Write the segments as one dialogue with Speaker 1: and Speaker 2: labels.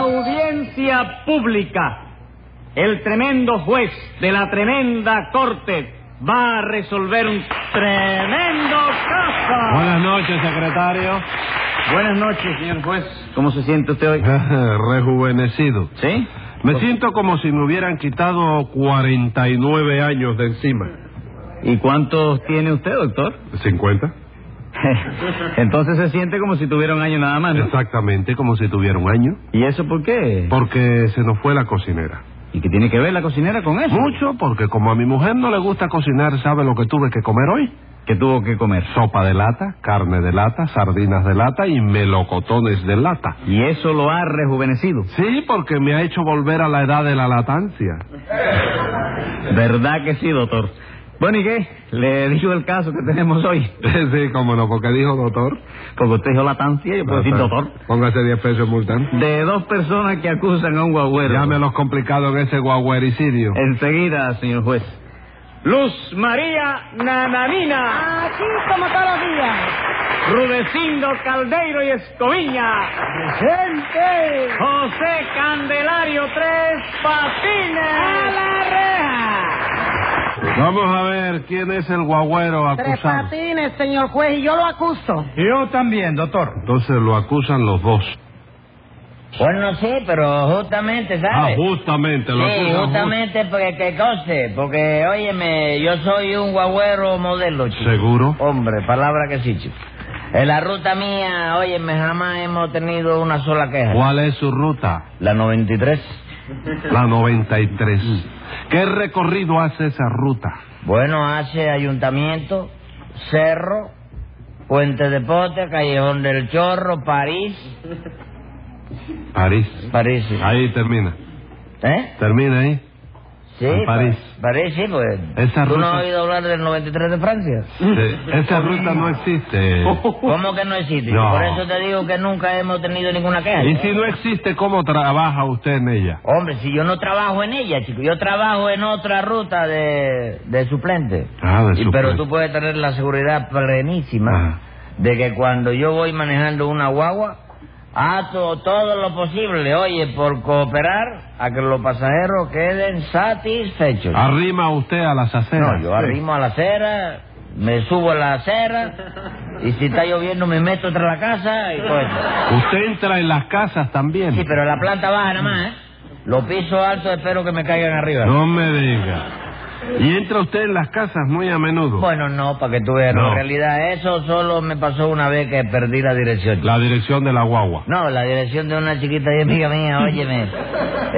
Speaker 1: Audiencia pública. El tremendo juez de la tremenda corte va a resolver un tremendo caso.
Speaker 2: Buenas noches, secretario.
Speaker 1: Buenas noches, señor juez. ¿Cómo se siente usted hoy?
Speaker 2: Rejuvenecido.
Speaker 1: ¿Sí?
Speaker 2: Me siento como si me hubieran quitado 49 años de encima.
Speaker 1: ¿Y cuántos tiene usted, doctor?
Speaker 2: ¿50?
Speaker 1: Entonces se siente como si tuviera un año nada más, ¿no?
Speaker 2: Exactamente, como si tuviera un año.
Speaker 1: ¿Y eso por qué?
Speaker 2: Porque se nos fue la cocinera.
Speaker 1: ¿Y qué tiene que ver la cocinera con eso?
Speaker 2: Mucho, porque como a mi mujer no le gusta cocinar, ¿sabe lo que tuve que comer hoy?
Speaker 1: ¿Qué tuvo que comer?
Speaker 2: Sopa de lata, carne de lata, sardinas de lata y melocotones de lata.
Speaker 1: ¿Y eso lo ha rejuvenecido?
Speaker 2: Sí, porque me ha hecho volver a la edad de la latancia.
Speaker 1: ¿Verdad que sí, doctor? Bueno, ¿y qué? Le digo el caso que tenemos hoy.
Speaker 2: Sí, cómo no, porque dijo doctor.
Speaker 1: Porque usted dijo latancia, yo puedo decir Pues doctor.
Speaker 2: Póngase 10 pesos multa.
Speaker 1: De dos personas que acusan a un guagüero.
Speaker 2: Llámenos complicado en ese guagüericidio.
Speaker 3: Eh.
Speaker 1: Enseguida, señor juez. Luz María Nananina,
Speaker 4: Aquí como todos los días.
Speaker 1: Rudecindo Caldeiro y Escoviña,
Speaker 4: Presente.
Speaker 1: José Candelario Tres Patines.
Speaker 4: A la reja.
Speaker 2: Vamos a ver quién es el guagüero
Speaker 4: Tres
Speaker 2: acusado.
Speaker 4: patines, señor juez, y yo lo acuso.
Speaker 5: Yo también, doctor.
Speaker 2: Entonces lo acusan los dos.
Speaker 3: Bueno, sí, pero justamente,
Speaker 2: Ah,
Speaker 3: ¿sabes?
Speaker 2: justamente, lo
Speaker 3: Sí,
Speaker 2: acusan.
Speaker 3: justamente porque que conste, porque óyeme, yo soy un guagüero modelo,
Speaker 2: just-
Speaker 3: chico.
Speaker 2: ¿Seguro?
Speaker 3: Hombre, palabra que sí, chico. En la ruta mía, óyeme, jamás hemos tenido una sola queja.
Speaker 2: ¿Cuál es su ruta?
Speaker 3: La 93.
Speaker 2: La 93.
Speaker 3: Mm.
Speaker 2: ¿Qué recorrido hace esa ruta?
Speaker 3: Bueno, hace ayuntamiento, cerro, puente de pote, callejón del chorro, París,
Speaker 2: París.
Speaker 3: París. sí.
Speaker 2: Ahí termina.
Speaker 3: ¿Eh?
Speaker 2: Termina ahí.
Speaker 3: Sí,
Speaker 2: En París.
Speaker 3: Pa- París, sí, pues.
Speaker 2: Esa
Speaker 3: ¿Tú no
Speaker 2: ruta-
Speaker 3: has oído hablar del 93 de Francia?
Speaker 2: Sí, Esa ruta no
Speaker 3: Oh,
Speaker 2: existe.
Speaker 3: ¿Cómo que no existe?
Speaker 2: No.
Speaker 3: Por eso te digo que nunca hemos tenido ninguna queja.
Speaker 2: Y si no existe, ¿cómo trabaja usted en ella?
Speaker 3: Hombre, si yo no trabajo en ella, chico, yo trabajo en otra ruta de, de suplente.
Speaker 2: Ah, de
Speaker 3: Y- Pero
Speaker 2: suplente. Ah.
Speaker 3: tú puedes tener la seguridad plenísima
Speaker 2: Ajá.
Speaker 3: de que cuando yo voy manejando una guagua, hago todo lo posible, oye, por cooperar a que los pasajeros queden satisfechos.
Speaker 2: Arrima usted a las aceras.
Speaker 3: No, yo arrimo a la acera, me subo a la acera, y si está lloviendo me meto tras la casa y pues...
Speaker 2: Usted entra en las casas también.
Speaker 3: Sí, pero la planta baja nada más, ¿eh? Los pisos altos espero que me caigan arriba.
Speaker 2: Mm. No me diga. ¿Y entra usted en las casas muy a menudo?
Speaker 3: Bueno, no, para que tú veas.
Speaker 2: No.
Speaker 3: En realidad, eso solo me pasó una vez que perdí la dirección.
Speaker 2: La dirección de la guagua.
Speaker 3: No, la dirección de una chiquita y amiga mía, óyeme.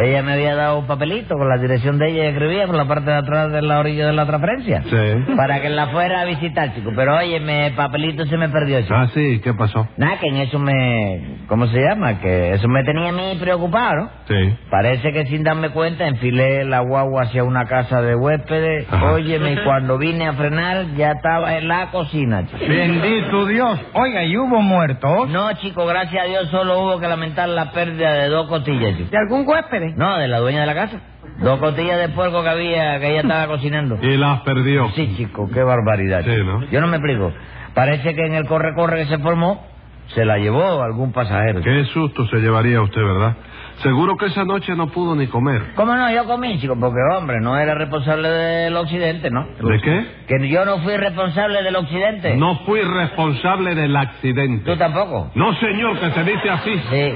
Speaker 3: ella me había dado un papelito con la dirección de ella y escribía por la parte de atrás de la orilla de la transferencia.
Speaker 2: Sí.
Speaker 3: Para que la fuera a visitar, chico. Pero óyeme, el papelito se me perdió, chico.
Speaker 2: Ah, sí, ¿qué pasó?
Speaker 3: Nada, que en eso me... ¿Cómo se llama? Que eso me tenía a mí preocupado, ¿no?
Speaker 2: Sí.
Speaker 3: Parece que sin darme cuenta enfilé la guagua hacia una casa de huéspedes.
Speaker 2: Ajá.
Speaker 3: Óyeme, y cuando vine a frenar ya estaba en la cocina. chico.
Speaker 5: Bendito Dios. Oiga, ¿y hubo muertos?
Speaker 3: No, chico, gracias a Dios solo hubo que lamentar la pérdida de dos costillas. chico.
Speaker 4: ¿De algún huésped?
Speaker 3: No, de la dueña de la casa. Dos costillas de puerco que había, que ella estaba cocinando.
Speaker 2: Y las perdió.
Speaker 3: Sí, chico, qué barbaridad.
Speaker 2: Sí,
Speaker 3: chico.
Speaker 2: ¿no?
Speaker 3: Yo no me explico. Parece que en el corre-corre que se formó, se la llevó algún pasajero.
Speaker 2: Qué susto se llevaría usted, ¿verdad? Seguro que esa noche no pudo ni comer.
Speaker 3: ¿Cómo no? Yo comí, chico, porque, hombre, no era responsable del occidente, ¿no?
Speaker 2: ¿De qué?
Speaker 3: Que yo no fui responsable del occidente.
Speaker 2: No fui responsable del
Speaker 3: Tú
Speaker 2: accidente.
Speaker 3: tampoco.
Speaker 2: No, señor, que se dice así.
Speaker 3: Sí.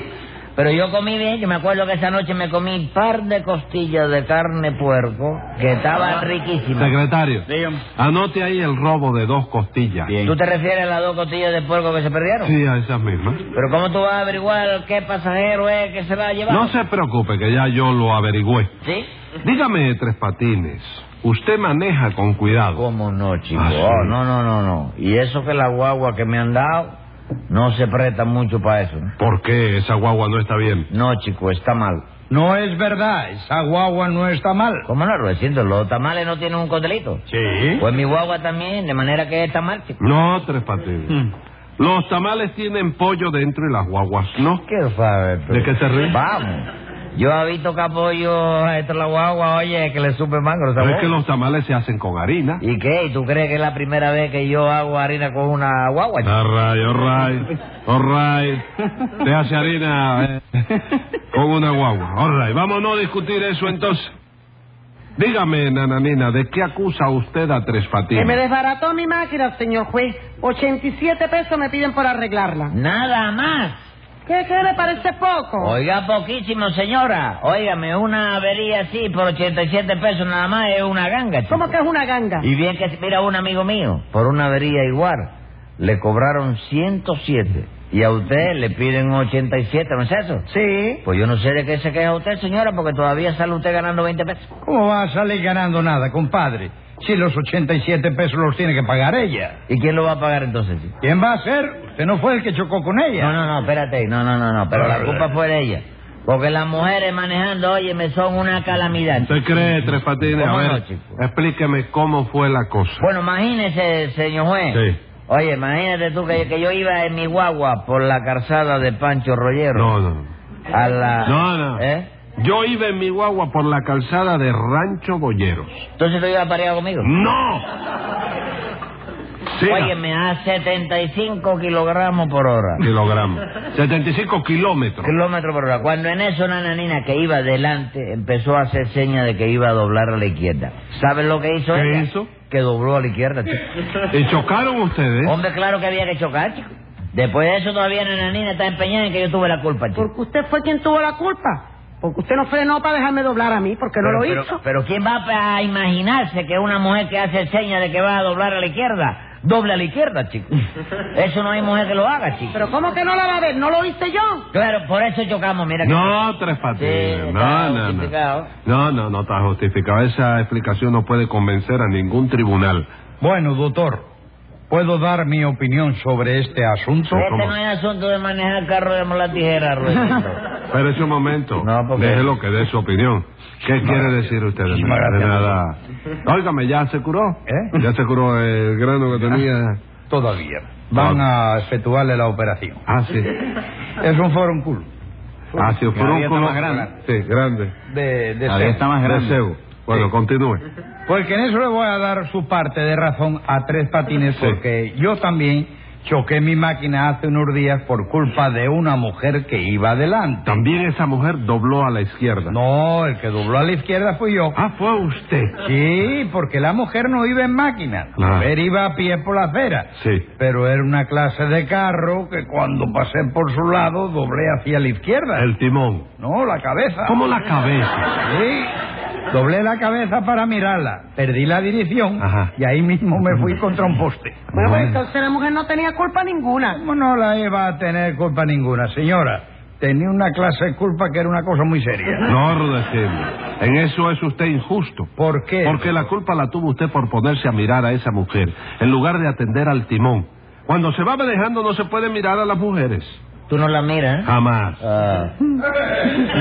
Speaker 3: Pero yo comí bien, yo me acuerdo que esa noche me comí un par de costillas de carne puerco que
Speaker 2: Ah.
Speaker 3: estaban riquísimas.
Speaker 2: Secretario,
Speaker 1: Dígame.
Speaker 2: anote ahí el robo de dos costillas.
Speaker 1: Bien.
Speaker 3: ¿Tú te refieres a las dos costillas de puerco que se perdieron?
Speaker 2: Sí, a esas mismas.
Speaker 3: Pero ¿cómo tú vas a averiguar qué pasajero es que se la ha llevado?
Speaker 2: No se preocupe, que ya yo lo averigüé.
Speaker 3: ¿Sí?
Speaker 2: Dígame, Tres Patines, usted maneja con cuidado.
Speaker 3: ¿Cómo no, chico?
Speaker 2: Ah, sí.
Speaker 3: Oh, no, no, no, no. Y eso que la guagua que me han dado no se presta mucho para eso. ¿no?
Speaker 2: ¿Por qué esa guagua no está bien?
Speaker 3: No, chico, está mal.
Speaker 5: No es verdad, esa guagua no está mal.
Speaker 3: ¿Cómo no, Rudecindo? Los tamales no tienen un cotelito.
Speaker 2: Sí.
Speaker 3: Pues mi guagua también, de manera que está mal, chico.
Speaker 2: No, Tres Patines.
Speaker 3: Mm.
Speaker 2: Los tamales tienen pollo dentro y las guaguas no.
Speaker 3: ¿Qué sabe?
Speaker 2: ¿De qué se ríe?
Speaker 3: Vamos. Yo he visto capollo a esto la guagua, oye, que le supe mangro,
Speaker 2: Pero
Speaker 3: ¿sabes?
Speaker 2: es que los tamales se hacen con harina.
Speaker 3: ¿Y qué? ¿Y tú crees que es la primera vez que yo hago harina con una guagua? chico?
Speaker 2: All right, all right, all right. Te hace harina eh, con una guagua. All right, vamos a no discutir eso entonces. Dígame, nananina, ¿de qué acusa usted a Tres
Speaker 4: Que Eh, me
Speaker 2: Patines?
Speaker 4: desbarató mi máquina, señor juez. 87 pesos me piden por arreglarla.
Speaker 3: Nada más.
Speaker 4: ¿Qué, qué le parece poco?
Speaker 3: Oiga, poquísimo, señora. Óigame, una avería así por 87 pesos nada más es una ganga, chico.
Speaker 4: ¿Cómo que es una ganga?
Speaker 3: Y bien que, mira, un amigo mío, por una avería igual, le cobraron 107 y a usted le piden 87, ¿no es eso?
Speaker 4: Sí.
Speaker 3: Pues yo no sé de qué se queja usted, señora, porque todavía sale usted ganando 20 pesos.
Speaker 5: ¿Cómo va a salir ganando nada, compadre? Si los 87 pesos los tiene que pagar ella.
Speaker 3: ¿Y quién lo va a pagar entonces? chico?
Speaker 5: ¿Quién va a ser? Usted no fue el que chocó con ella.
Speaker 3: No, no, no, espérate, no, no, no, no, pero la culpa fue de ella. Porque las mujeres manejando, oye, me son una calamidad.
Speaker 2: ¿Usted cree, Tres Patines? A
Speaker 3: ¿Cómo no,
Speaker 2: ver,
Speaker 3: chico?
Speaker 2: explíqueme cómo fue la cosa.
Speaker 3: Bueno, imagínese, señor juez.
Speaker 2: Sí.
Speaker 3: Oye, imagínate tú que, que yo iba en mi guagua por la calzada de Pancho Rollero.
Speaker 2: No, no.
Speaker 3: A la...
Speaker 2: No, no.
Speaker 3: ¿Eh?
Speaker 2: Yo iba en mi guagua por la calzada de Rancho Boyeros.
Speaker 3: Entonces tú ibas pareado conmigo.
Speaker 2: Mm, ¡No! Siga.
Speaker 3: Óyeme, a 75 kilogramos por hora.
Speaker 2: Kilogramos. 75 kilómetros.
Speaker 3: Kilómetro por hora. Cuando en eso una nanina que iba delante empezó a hacer seña de que iba a doblar a la izquierda. ¿Sabes lo que hizo
Speaker 2: ¿Qué
Speaker 3: ella?
Speaker 2: hizo?
Speaker 3: Que dobló a la izquierda, chico.
Speaker 2: ¿Y chocaron ustedes?
Speaker 3: Hombre, claro que había que chocar, chico. Después de eso todavía la nanina está empeñada en que yo tuve la culpa, chico.
Speaker 4: Porque usted fue quien tuvo la culpa. Porque usted no frenó para dejarme doblar a mí, porque no lo
Speaker 3: pero,
Speaker 4: hizo.
Speaker 3: pero ¿quién va a imaginarse que una mujer que hace seña de que va a doblar a la izquierda, doble a la izquierda, chico? Eso no hay mujer que lo haga, chico.
Speaker 4: Pero ¿cómo que no la va a ver? ¿No lo hice yo?
Speaker 3: Claro, por eso chocamos, mira. que-
Speaker 2: No, Tres Patines.
Speaker 3: Sí, está
Speaker 2: no, no,
Speaker 3: justificado.
Speaker 2: no. No, no, no está justificado. Esa explicación no puede convencer a ningún tribunal.
Speaker 5: Bueno, doctor, ¿puedo dar mi opinión sobre este asunto?
Speaker 3: Este
Speaker 2: ¿Cómo?
Speaker 3: no es asunto de manejar carro de la tijera, Rudito.
Speaker 2: Pero ese momento,
Speaker 3: No, porque-
Speaker 2: déjelo que dé su opinión. ¿Qué quiere decir usted? De
Speaker 5: Muchísimas
Speaker 2: nada? De
Speaker 5: gracias.
Speaker 2: nada. Óigame, ¿ya se curó?
Speaker 5: ¿Eh?
Speaker 2: ¿Ya se curó el grano que tenía?
Speaker 5: Todavía. Van
Speaker 2: Ah.
Speaker 5: a efectuarle la operación.
Speaker 2: Ah, sí.
Speaker 5: Es un forúnculo.
Speaker 2: Ah, sí, por
Speaker 5: Ahí
Speaker 2: un
Speaker 5: está
Speaker 2: culo-
Speaker 5: más grande.
Speaker 2: Sí, grande.
Speaker 5: De, de
Speaker 2: De-
Speaker 5: sebo.
Speaker 2: de sebo. Bueno,
Speaker 5: Sí.
Speaker 2: continúe.
Speaker 5: Porque en eso le voy a dar su parte de razón a Tres Patines,
Speaker 2: Sí.
Speaker 5: porque yo también choqué mi máquina hace unos días por culpa de una mujer que iba adelante.
Speaker 2: También esa mujer dobló a la izquierda.
Speaker 5: No, el que dobló a la izquierda fui yo.
Speaker 2: Ah, fue usted.
Speaker 5: Sí, porque la mujer no iba en máquina. La
Speaker 2: Ah.
Speaker 5: mujer iba a pie por la acera.
Speaker 2: Sí.
Speaker 5: Pero era una clase de carro que cuando pasé por su lado doblé hacia la izquierda.
Speaker 2: El timón.
Speaker 5: No, la cabeza.
Speaker 2: ¿Cómo la cabeza?
Speaker 5: Sí. Doblé la cabeza para mirarla. Perdí la dirección
Speaker 2: Ajá.
Speaker 5: y ahí mismo me fui contra un poste.
Speaker 4: Bueno, pues
Speaker 2: Bueno.
Speaker 4: entonces la mujer no tenía culpa ninguna.
Speaker 5: ¿Cómo no la iba a tener culpa ninguna, señora? Tenía una clase de culpa que era una cosa muy seria.
Speaker 2: No, Rudecindo. En eso es usted injusto.
Speaker 5: ¿Por qué?
Speaker 2: Porque la culpa la tuvo usted por ponerse a mirar a esa mujer, en lugar de atender al timón. Cuando se va manejando no se puede mirar a las mujeres.
Speaker 3: Tú no la miras, ¿eh?
Speaker 2: Jamás.
Speaker 3: Ah.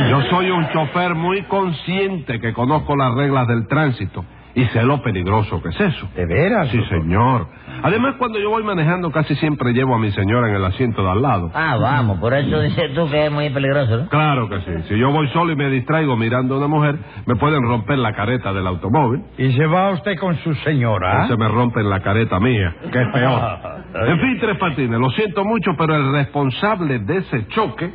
Speaker 2: Yo soy un chofer muy consciente que conozco las reglas del tránsito y sé lo peligroso que es eso.
Speaker 5: ¿De veras?
Speaker 2: Sí, señor. Además, cuando yo voy manejando casi siempre llevo a mi señora en el asiento de al lado.
Speaker 3: ah, vamos, por eso dices tú que es muy peligroso, ¿no?
Speaker 2: Claro que sí. Si yo voy solo y me distraigo mirando a una mujer, me pueden romper la careta del automóvil.
Speaker 5: ¿Y se va usted con su señora?
Speaker 2: O se me rompen la careta mía, que es peor. En fin, Tres Patines, lo siento mucho, pero el responsable de ese choque,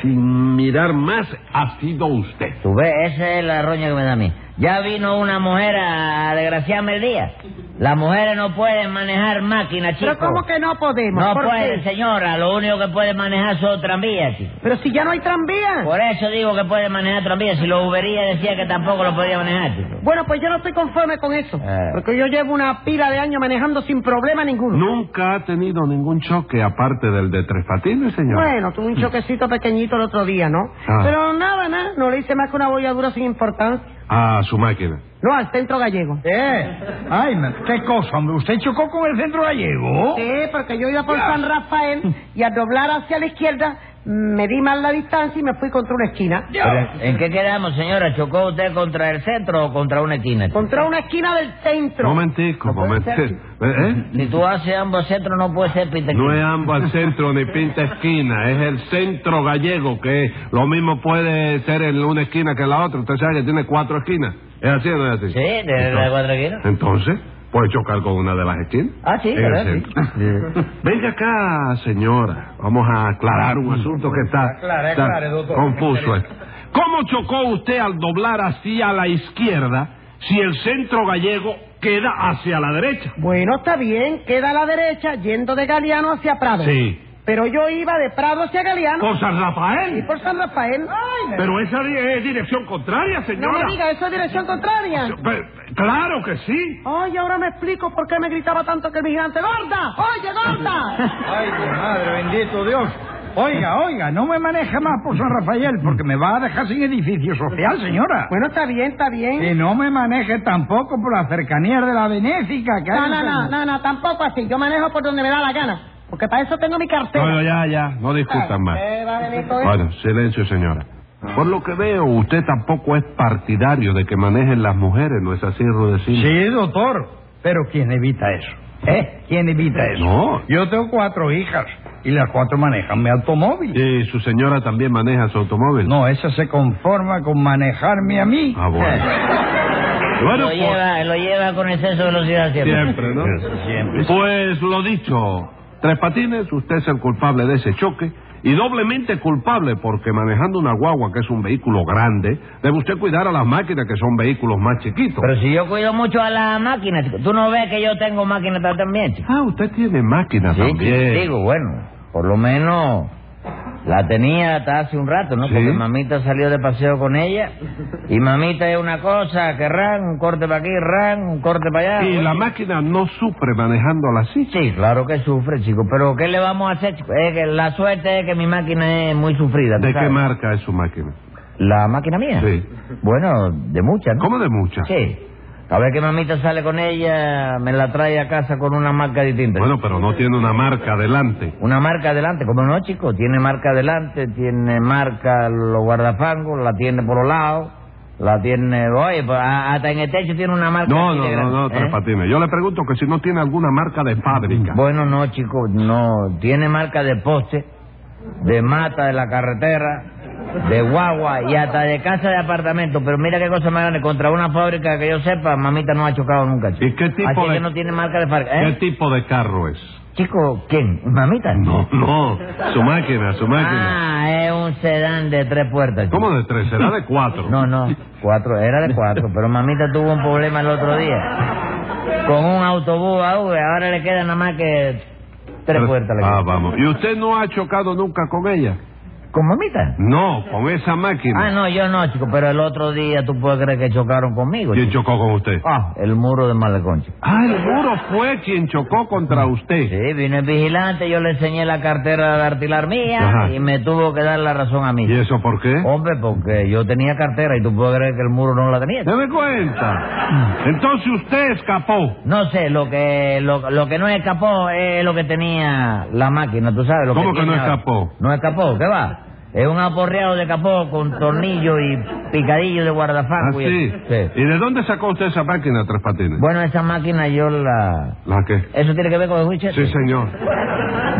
Speaker 2: sin mirar más, ha sido usted.
Speaker 3: Tú ves, esa es la roña que me da a mí. Ya vino una mujer a desgraciarme el día. Las mujeres no pueden manejar máquinas, chico.
Speaker 4: Pero ¿cómo que no podemos?
Speaker 3: No
Speaker 4: ¿Por qué?
Speaker 3: pueden, señora. Lo único que pueden manejar son tranvías, chico.
Speaker 4: Pero si ya no hay tranvía.
Speaker 3: Por eso digo que pueden manejar tranvías. Si lo ubería decía que tampoco lo podía manejar, chico.
Speaker 4: Bueno, pues yo no estoy conforme con eso.
Speaker 3: Eh.
Speaker 4: Porque yo llevo una pila de años manejando sin problema ninguno.
Speaker 2: Nunca ha tenido ningún choque aparte del de Tres Patines, señor.
Speaker 4: Bueno, tuve un choquecito pequeñito el otro día, ¿no?
Speaker 2: Mm. Ah.
Speaker 4: Pero nada, nada, no le hice más que una bolladura sin importancia.
Speaker 2: A Ah, su máquina.
Speaker 4: No, al centro gallego.
Speaker 5: ¿Eh? Ay, me- qué cosa, hombre. ¿Usted chocó con el centro gallego?
Speaker 4: Sí, porque yo iba por San Rafael y al doblar hacia la izquierda Medí mal la distancia y me fui contra una esquina.
Speaker 3: Pero, ¿En qué quedamos, señora? ¿Chocó usted contra el centro o contra una esquina?
Speaker 4: Contra una esquina del centro.
Speaker 2: Momentico,
Speaker 4: No puede
Speaker 2: momentico.
Speaker 4: ser.
Speaker 2: ¿Eh?
Speaker 3: Si tú haces ambos centros, no puede ser pita
Speaker 2: No es ambos al centro ni pinta esquina, es el centro gallego, que lo mismo puede ser en una esquina que en la otra. Usted sabe que tiene cuatro esquinas. ¿Es así o no es así?
Speaker 3: Sí, de la cuatro esquinas.
Speaker 2: Entonces, puede chocar con una de las esquinas.
Speaker 3: Ah, sí,
Speaker 2: En el
Speaker 3: ¿verdad? Sí.
Speaker 2: centro. Venga acá, señora. Vamos a aclarar
Speaker 3: Mm.
Speaker 2: un asunto que está,
Speaker 5: Aclare,
Speaker 2: está
Speaker 5: aclare, doctor.
Speaker 2: confuso. esto. ¿Cómo chocó usted al doblar hacia la izquierda si el centro gallego queda hacia la derecha?
Speaker 4: Bueno, está bien, queda a la derecha yendo de Galeano hacia Prado.
Speaker 2: Sí.
Speaker 4: Pero yo iba de Prado hacia Galeano
Speaker 2: Con San
Speaker 4: y
Speaker 2: Rafael.
Speaker 4: por San Rafael.
Speaker 2: Pero esa di- es dirección contraria,
Speaker 4: no
Speaker 2: señora.
Speaker 4: me diga, eso es dirección contraria.
Speaker 2: Pero- Claro que sí.
Speaker 4: Ay, ahora me explico por qué me gritaba tanto que el vigilante. ¡Gorda! ¡Oye, gorda!
Speaker 5: Ay, mi madre, bendito Dios. Oiga, oiga, no me maneja más por San Rafael, porque me va a dejar sin edificio social, señora.
Speaker 4: bueno, está bien, está bien.
Speaker 5: Y no me maneje tampoco por la cercanía de la Benéfica. Que
Speaker 4: No,
Speaker 5: hay
Speaker 4: no,
Speaker 5: en-
Speaker 4: no, no, no, tampoco así. Yo manejo por donde me da la gana. Porque para eso tengo mi cartera.
Speaker 2: Bueno, ya, ya. No discutan más.
Speaker 4: Eh, va a venir con eso.
Speaker 2: Bueno, silencio, señora. Por lo que veo, usted tampoco es partidario de que manejen las mujeres, ¿no es así, Rudecino?
Speaker 5: Sí, doctor. Pero ¿quién evita eso? ¿Eh? ¿Quién evita eso?
Speaker 2: No.
Speaker 5: Yo tengo cuatro hijas y las cuatro manejan mi automóvil.
Speaker 2: ¿Y su señora también maneja su automóvil?
Speaker 5: No, esa se conforma con manejarme a mí. Eh,
Speaker 2: Ah, bueno.
Speaker 3: Lo lleva, lo lleva con exceso de velocidad
Speaker 2: pues,
Speaker 3: siempre.
Speaker 2: siempre, ¿no?
Speaker 5: Siempre.
Speaker 2: Pues lo dicho, Tres Patines, usted es el culpable de ese choque y doblemente culpable porque manejando una guagua que es un vehículo grande, debe usted cuidar a las máquinas que son vehículos más chiquitos.
Speaker 3: Pero si yo cuido mucho a las máquinas, chico. ¿tú no ves que yo tengo máquinas ta- también? chico?
Speaker 2: Ah, usted tiene máquinas
Speaker 3: Sí,
Speaker 2: también.
Speaker 3: chico, digo, bueno, por lo menos la tenía hasta hace un rato, ¿no?
Speaker 2: Sí.
Speaker 3: Porque mamita salió de paseo con ella y mamita es una cosa, que ran, un corte para aquí, ran, un corte para allá.
Speaker 2: Y la máquina no sufre manejándola así.
Speaker 3: Ah, Sí, claro que sufre, chico, pero ¿qué le vamos a hacer, chico? Es que la suerte es que mi máquina es muy sufrida. ¿tú
Speaker 2: ¿De qué
Speaker 3: sabes?
Speaker 2: marca es su máquina?
Speaker 3: ¿La máquina mía?
Speaker 2: Sí.
Speaker 3: Bueno, de muchas, ¿no?
Speaker 2: ¿Cómo de muchas?
Speaker 3: ¿Eh? Sí. A ver que mamita sale con ella, me la trae a casa con una marca distinta.
Speaker 2: Bueno, pero no tiene una marca adelante.
Speaker 3: Una marca adelante, ¿cómo no, chico? Tiene marca adelante, tiene marca los guardafangos, la tiene por los lados, la tiene... Oye, pues, a- hasta en el techo tiene una marca...
Speaker 2: No,
Speaker 3: así
Speaker 2: no,
Speaker 3: de
Speaker 2: no,
Speaker 3: grande,
Speaker 2: no,
Speaker 3: ¿eh?
Speaker 2: Tres Patines. Yo le pregunto que si no tiene alguna marca de fábrica.
Speaker 3: Bueno, no, chico, no. Tiene marca de poste, de mata de la carretera, de guagua y hasta de casa de apartamento. Pero mira qué cosa más grande. Contra una fábrica que yo sepa, mamita no ha chocado nunca. chico.
Speaker 2: ¿Y qué tipo
Speaker 3: Así
Speaker 2: de-
Speaker 3: que no tiene marca de fábrica.
Speaker 2: ¿Qué
Speaker 3: ¿eh?
Speaker 2: tipo de carro es?
Speaker 3: Chico, ¿quién? ¿Mamita?
Speaker 2: No, no, su máquina, su máquina.
Speaker 3: Ah, es un sedán de tres puertas. chico.
Speaker 2: ¿Cómo de tres? Será de cuatro.
Speaker 3: No, no, cuatro, era de cuatro, pero mamita tuvo un problema el otro día. Con un autobús AV, ahora le queda nada más que tres puertas. le
Speaker 2: Ah,
Speaker 3: quedan.
Speaker 2: vamos. ¿Y usted no ha chocado nunca con ella?
Speaker 3: ¿Con mamita?
Speaker 2: No, con esa máquina.
Speaker 3: Ah, no, yo no, chico, pero el otro día tú puedes creer que chocaron conmigo.
Speaker 2: ¿Quién
Speaker 3: chico.
Speaker 2: chocó con usted?
Speaker 3: Ah, el muro de Malecón, chico.
Speaker 2: Ah, el muro fue quien chocó contra usted.
Speaker 3: Sí, vino el vigilante, yo le enseñé la cartera de artilar mía
Speaker 2: Ajá.
Speaker 3: y me tuvo que dar la razón a mí.
Speaker 2: ¿Y eso por qué?
Speaker 3: Hombre, porque yo tenía cartera y tú puedes creer que el muro no la tenía. chico.
Speaker 2: Deme cuenta. Entonces usted escapó.
Speaker 3: No sé, lo que lo, lo que no escapó es lo que tenía la máquina, tú sabes. Lo
Speaker 2: ¿Cómo que no
Speaker 3: tiene-
Speaker 2: escapó?
Speaker 3: No escapó, ¿qué va? Es un aporreado de capó con tornillo y picadillo de
Speaker 2: Ah,
Speaker 3: guardafango. y-
Speaker 2: sí. ¿Y de dónde sacó usted esa máquina, Tres Patines?
Speaker 3: Bueno, esa máquina yo la...
Speaker 2: ¿La qué?
Speaker 3: ¿Eso tiene que ver con el juicio?
Speaker 2: Sí, señor.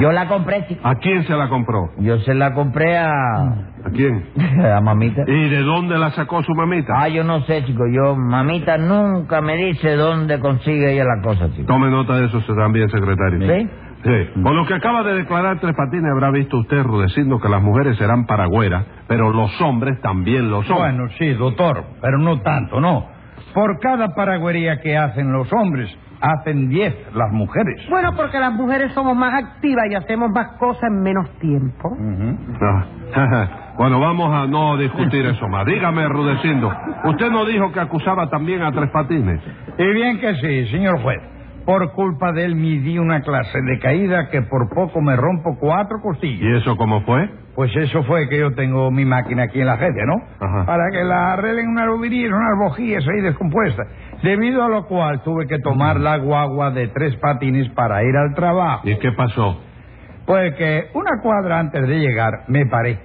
Speaker 3: Yo la compré, chico.
Speaker 2: ¿A quién se la compró?
Speaker 3: Yo se la compré a...
Speaker 2: ¿A quién?
Speaker 3: a mamita.
Speaker 2: ¿Y de dónde la sacó su mamita?
Speaker 3: Ah, yo no sé, chico. Yo, mamita nunca me dice dónde consigue ella la cosa, chico.
Speaker 2: Tome nota de eso se- también, secretario.
Speaker 3: ¿Sí?
Speaker 2: Sí. Con lo que acaba de declarar Tres Patines, habrá visto usted rudeciendo que las mujeres serán paragüeras, pero los hombres también lo son.
Speaker 5: Bueno, sí, doctor, pero no tanto, no. Por cada paragüería que hacen los hombres, hacen diez las mujeres.
Speaker 4: Bueno, porque las mujeres somos más activas y hacemos más cosas en menos tiempo.
Speaker 2: Ah, bueno, vamos a no discutir eso más. Dígame, Rudecindo, usted no dijo que acusaba también a Tres Patines.
Speaker 5: Y bien que sí, señor juez. Por culpa de él me di una clase de caída que por poco me rompo cuatro costillas.
Speaker 2: ¿Y eso cómo fue?
Speaker 5: Pues eso fue que yo tengo mi máquina aquí en la agencia, ¿no?
Speaker 2: Ajá.
Speaker 5: Para que la arreglen una rubiría, unas bojías ahí descompuestas. Debido a lo cual tuve que tomar la guagua de tres patines para ir al trabajo.
Speaker 2: ¿Y qué pasó?
Speaker 5: Pues que una cuadra antes de llegar me paré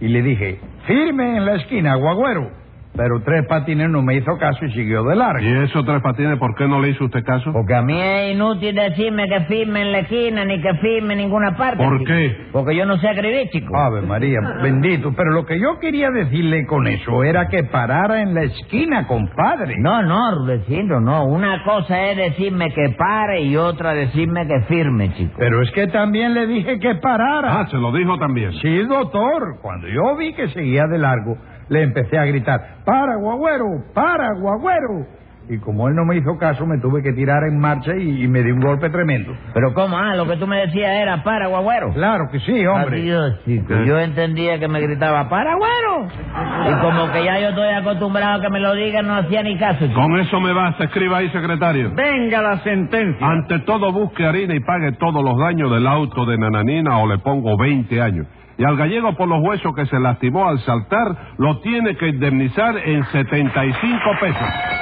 Speaker 5: y le dije, firme en la esquina, guagüero. Pero Tres Patines no me hizo caso y siguió de largo.
Speaker 2: ¿Y eso, Tres Patines, por qué no le hizo usted caso?
Speaker 3: Porque a mí es inútil decirme que firme en la esquina ni que firme en ninguna parte.
Speaker 2: ¿Por
Speaker 3: chico.
Speaker 2: qué?
Speaker 3: Porque yo no sé escribir, chico.
Speaker 5: Ave María, bendito. Pero lo que yo quería decirle con eso era que parara en la esquina, compadre.
Speaker 3: No, no, Rudecindo, no. Una cosa es decirme que pare y otra decirme que firme, chico.
Speaker 5: Pero es que también le dije que parara.
Speaker 2: Ah, se lo dijo también.
Speaker 5: Sí, doctor. Cuando yo vi que seguía de largo, le empecé a gritar, para, guagüero, para, guagüero. Y como él no me hizo caso, me tuve que tirar en marcha y, y me di un golpe tremendo.
Speaker 3: Pero ¿cómo? Ah, lo que tú me decías era para, guagüero.
Speaker 5: Claro que sí, hombre.
Speaker 3: Adiós, chico. Yo entendía que me gritaba para, güero. Y como que ya yo estoy acostumbrado a que me lo digan, no hacía ni caso, chico.
Speaker 2: Con eso me basta. Escriba ahí, secretario.
Speaker 1: Venga la sentencia.
Speaker 2: Ante todo, busque harina y pague todos los daños del auto de Nananina o le pongo 20 años. Y al gallego por los huesos que se lastimó al saltar, lo tiene que indemnizar en 75 pesos.